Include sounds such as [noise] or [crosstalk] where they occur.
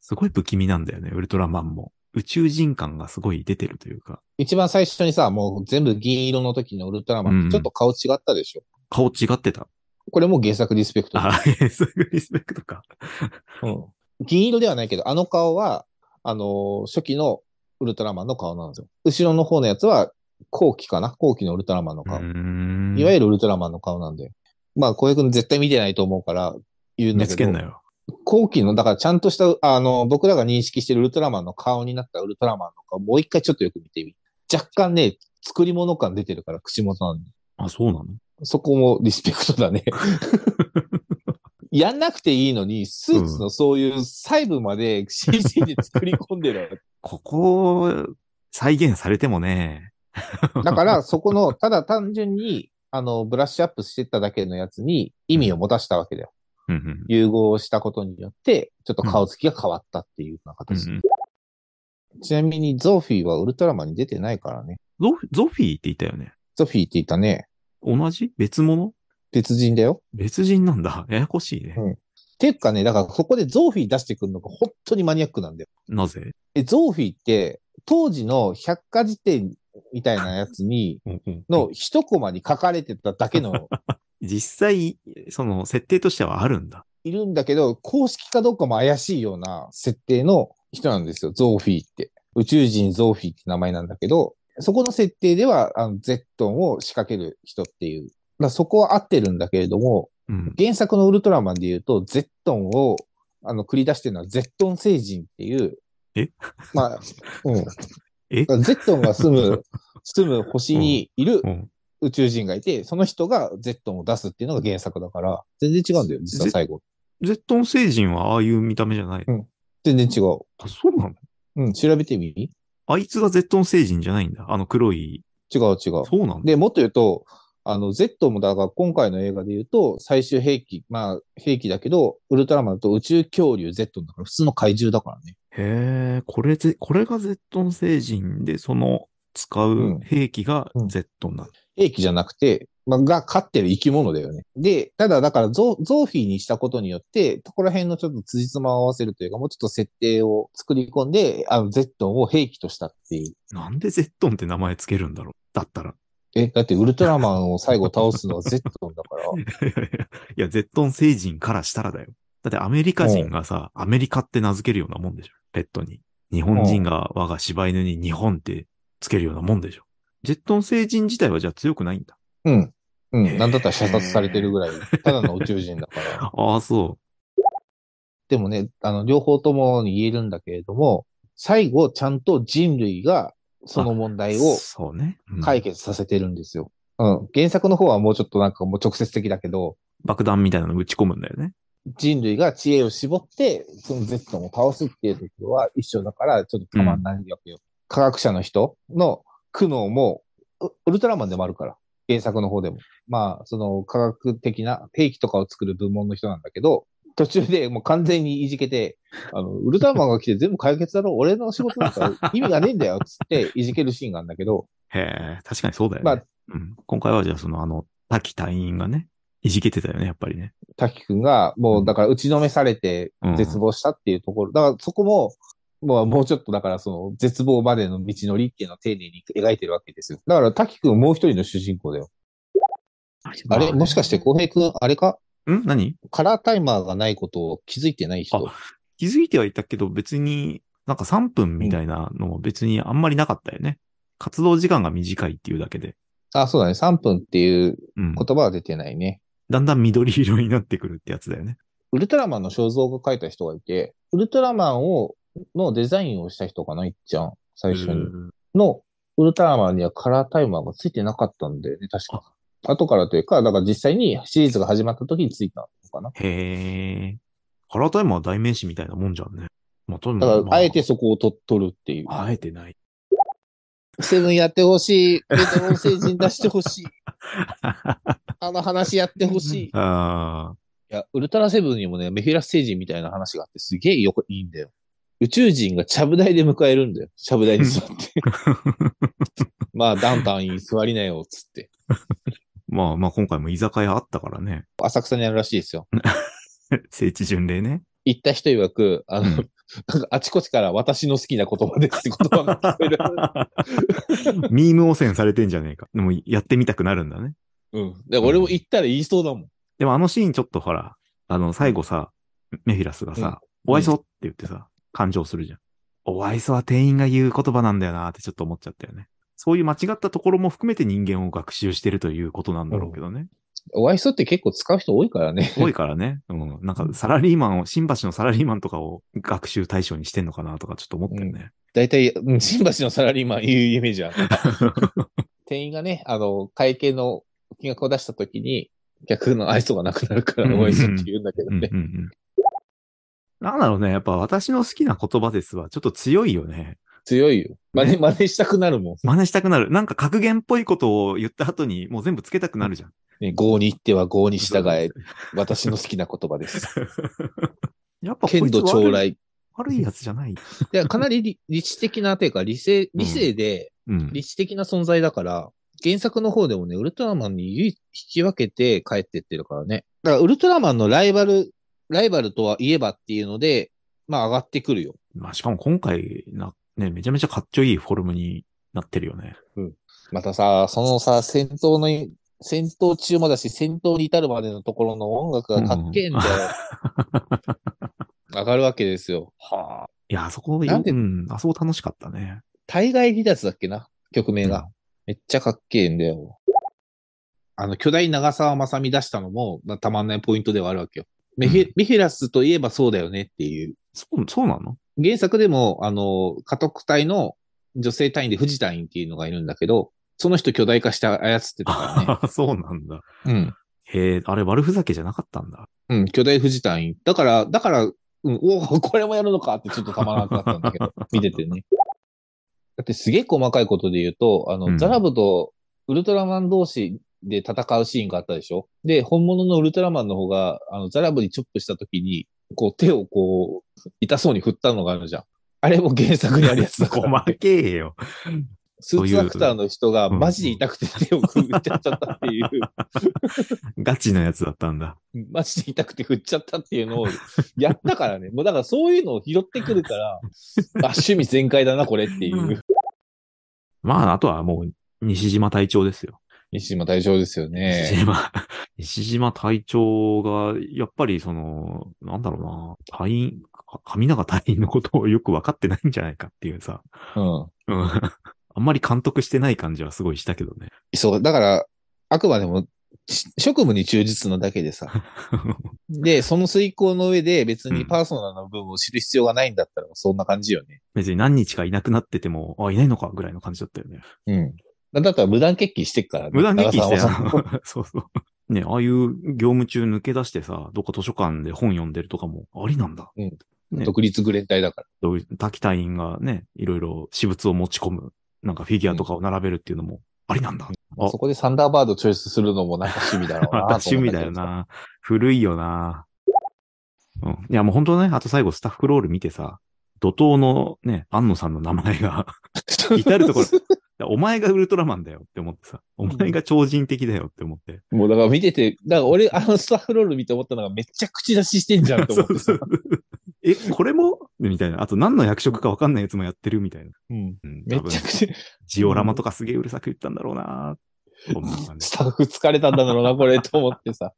すごい不気味なんだよね、ウルトラマンも。宇宙人感がすごい出てるというか、一番最初にさ、もう全部銀色の時のウルトラマうんン、ちょっと顔違ったでしょ。顔違ってた。これも原作リスペクト。あ、 [laughs] すごいリスペクトか。うん銀色ではないけど、あの顔は、あのー初期のウルトラマンの顔なんですよ。後ろの方のやつは、後期かな後期のウルトラマンのう顔。ーん。いわるゆるウルトラマンの顔なんで。まあ、小平君絶対見てないと思うから言うんだ見けつけど。んなよ。後期の、だからちゃんとした、あの、僕らが認識してるウルトラマンの顔になったウルトラマンの顔、もう一回ちょっとよく見てみ。若干ね、作り物感出てるから、口元なんで。あ、そうなのそこもリスペクトだね。やんなくていいのに、スーツのそういう細部まで CG で作り込んでる。ここ、再現されてもね。だから、そこの、ただ単純に、あの、ブラッシュアップしてっただけのやつに意味を持たしたわけだよ。うんうん。融合したことによって、ちょっと顔つきが変わったっていうようなうん形。うんちなみにゾフィーはウルトラマンに出てないからね。ゾフゾフィーって言ったよね。ゾフィーって言ったね。同じ別物別人だよ。別人なんだ。ややこしいね。うんていうかね、だからここでゾフィー出してくるのが本当にマニアックなんだよ。なぜえ、ゾフィーって、当時の百科事典みたいなやつに、の一コマに書かれてただけの、実際、その設定としてはあるんだ。いるんだけど、公式かどうかも怪しいような設定の人なんですよ、ゾフィーって。宇宙人ゾフィーって名前なんだけど、そこの設定では、あの、ゼットンを仕掛ける人っていう。だからそこは合ってるんだけれども、うん。原作のウルトラマンで言うと、ゼットンを、あの、繰り出してるのはゼットン星人っていう。えまあ、うん。えだからゼットンが住 [laughs] む、住む星にいるうん宇宙人がいて、その人がゼットンを出すっていうのが原作だから、全然違うんだよ、実は最後。ゼットン星人はああいう見た目じゃない。全然違う。あ、そうなのうん、調べてみあいつがゼットン星人じゃないんだ。あの黒い。違う違う。そうなんだ。で、もっと言うと、あの、Z もだから今回の映画で言うと、最終兵器、まあ、兵器だけど、ウルトラマンだと宇宙恐竜 Z だから普通の怪獣だからね。へえ、これぜ、これがゼットン星人で、その使う兵器がうんゼットンなんだ。兵器じゃなくて、まあ、が飼ってる生き物だよね。で、ただだからゾウゾーフィーにしたことによって、ここら辺のちょっと辻褄を合わせるというか、もうちょっと設定を作り込んで、あの、ゼットンを兵器としたっていう。なんでゼットンって名前つけるんだろうだったら。 [laughs] え、だってウルトラマンを最後倒すのは [laughs] ゼットンだから。いや、ゼットン星人からしたらだよ。だってアメリカ人がさ、アメリカって名付けるようなもんでしょ。ペットに。日本人が我が柴犬に日本ってつけるようなもんでしょ。ゼットン星人自体はじゃあ強くないんだ。うん。うん。なんだったら射殺されてるぐらい、ただの宇宙人だから。ああ、そでもね、あの、両方ともに言えるんだけれども、最後、ちゃんと人類がその問う。題をそうね。うん解決させてるんですよ。うん。原作の方はもうちょっとなんかもう直接的だけど、爆弾みたいなの打ち込むんだよね。人類が知恵を絞って、その Z を倒すっていうところは一緒だから、ちょっとたまんないわけよ。科学者の人の苦悩も、ウウルトラマンでもあるから、原作の方でも。まあ、その科学的な兵器とかを作る部門の人なんだけど、途中でもう完全にいじけて、あの、ウルトラマンが来て全部解決だろ俺の仕事なんか意味がねえんだよ、つっていじけるシーンがあるんだけど、へえ、確かにそうだよね。まあうん、今回はじゃあそのあの、滝隊員がね、いじけてたよね、やっぱりね。滝くんがもうだから打ちのめされてうん絶望したっていうところ。だからそこも、もうもうちょっとだからその絶望までの道のりっていうのを丁寧に描いてるわけですよ。だから滝くんもう一人の主人公だよ。あれもしかして浩平くん、あれかて。ん何カラータイマーがないことを気づいてない人。気づいてはいたけど、別に、なんか3分みたいなのも別にあんまりなかったよね。活動時間が短いっていうだけで。あ、そうだね。3分っていううん。言葉は出てないね。だんだん緑色になってくるってやつだよね。ウルトラマンの肖像画描いた人がいて、ウルトラマンを、のデザインをした人かないっちゃん。最初に。のウルトラマンにはカラータイマーがついてなかったんだよね、確か。後からというか、だから実際にシリーズが始まった時についたのかな。へえ。カラータイムは代名詞みたいなもんじゃんね。まあ、とにだかかくまら、あえて、そこをと取るっていう。あえてない。セブンやってほしい。ベトナム星人出してほしい。 [laughs] あの話やってほしい。いああ。や、ウルトラセブンにもね、メフィラス星人みたいな話があって、すげえよくいいんだよ。宇宙人がちゃぶ台で迎えるんだよ。ちゃぶ台に座って。 [laughs] まあ、ダウンタウンに座りなよ、つって。まあまあ今回も居酒屋あったからね。 [laughs] 浅草にあるらしいですよ。聖地巡礼ね。行った人曰く、あの、なんかあちこちから私の好きな言葉ですって言葉が聞こえる。 [laughs] ミーム汚染されてんじゃねえか。でもやってみたくなるんだね。うん。で俺も言ったら言いそうだもん。でもあのシーンちょっとほら、あの、最後さ、メフィラスがさ、うんお愛想って言ってさ、感情するじゃん。お愛想は店員が言う言葉なんだよなってちょっと思っちゃったよね。そういう間違ったところも含めて人間を学習してるということなんだろうけどね。お会いそうって結構使う人多いからね。多いからね。うん。なんかサラリーマンを、新橋のサラリーマンとかを学習対象にしてんのかなとかちょっと思ったよね。大体、うん新橋のサラリーマンいうイメージある。店員がね、あの、会計の金額を出した時に、客の愛想がなくなるかうらんお会いそうって言うんだけどうんうんね。うん。なんだろうね。やっぱ私の好きな言葉ですわ。ちょっと強いよね。強いよ。真似、真似したくなるもん。真似したくなる。なんか格言っぽいことを言った後にもう全部つけたくなるじゃん。ね、合に行っては合に従え。私の好きな言葉です。や [laughs] っぱこいつ剣道悪将い来。い悪いやつじゃない。や、かなり理理知的なというか、理性、理性で、うん。理知的な存在だから、原作の方でもね、ウルトラマンに唯一引き分けて帰ってってるからね。だから、ウルトラマンのライバル、ライバルとは言えばっていうので、まあ上がってくるよ。まあしかも今回な、ね、めちゃめちゃかっちょいいフォルムになってるよね。またさ、そのさ、戦闘の、戦闘中もだし、戦闘に至るまでのところの音楽がかっけ [laughs] えんだよ。上がるわけですよ。はあ。いや、あそこ、なんでうん、あそこ楽しかったね。対外離脱だっけな曲名うが。んめっちゃかっけえんだよ。あの、巨大長澤まさみ出したのも、まあたまんないポイントではあるわけよ。メフィ,、うんメフィラスといえばそうだよねっていう。そう、そうなの [laughs] 原作でも、あの、家督隊の女性隊員で藤隊員っていうのがいるんだけど、その人巨大化して操ってたからね。あそうなんだ。 [laughs] うん。へえ、あれ悪ふざけじゃなかったんだ。うん、巨大富士隊員。だから、だから、うん、おおこれもやるのかってちょっとたまらなくなったんだけど、見ててね。だってすげえ細かいことで言うと、あの、うんザラブとウルトラマン同士で戦うシーンがあったでしょで、本物のウルトラマンの方が、あの、ザラブにチョップした時に、こう手をこう、痛そうに振ったのがあるじゃん。あれも原作にあるやつだか [laughs] 細ら。けえよ。スーツアクターの人がうんマジで痛くて手を振っちゃったって [laughs] いう。ガチなやつだったんだ。マジで痛くて振っちゃったっていうのをやったからね。もうだからそういうのを拾ってくるから、あ、趣味全開だな、これっていう。まあ、あとはもう、西島隊長ですよ。西島大丈ですよ西ね。島、 [laughs] 西島隊長が、やっぱりその、なんだろうな、隊員、か神永隊員のことをよくわかってないんじゃないかっていうさ。うん。うん。 [laughs] あんまり監督してない感じはすごいしたけどね。そう、だから、あくまでもし職務に忠実なだけ [laughs] でさ。で、その遂行の上で別にパーソナルな部分を知る必要がないんだったら、そんな感じよね。別に何日かいなくなってても、あ、いないのかぐらいの感じだったよね。うん。なんだったら無断欠勤してっからね。無断劇して長澤まさみや [laughs] そうそう。ね、ああいう業務中抜け出してさ、どっか図書館で本読んでるとかもありなんだ。うんね、独立グレン隊だから。どういう滝隊員がね、いろいろ私物を持ち込む、なんかフィギュアとかを並べるっていうのもありなんだ。あそこでサンダーバードチョイスするのもなんか趣味だろうな。 [laughs] [laughs] また趣味だよ。 [laughs] な。古いよな。うん。いや、もう本当ね、あと最後スタッフロール見てさ、怒涛のね、安野さんの名前が、 [laughs] 至るところ。お前がウルトラマンだよって思ってさ、お前が超人的だよって思って。もうだから見てて、だから俺、あのスタッフロール見て思ったのがめっちゃ口出ししてんじゃんと思ってさ。 [laughs] え、これもみたいな。あと何の役職かわかんないやつもやってるみたいな。うんうん、め多分ちゃくちゃ、ジオラマとかすげえうるさく言ったんだろうな。こんな感じスタッフ疲れたんだろうな、これ、と思ってさ。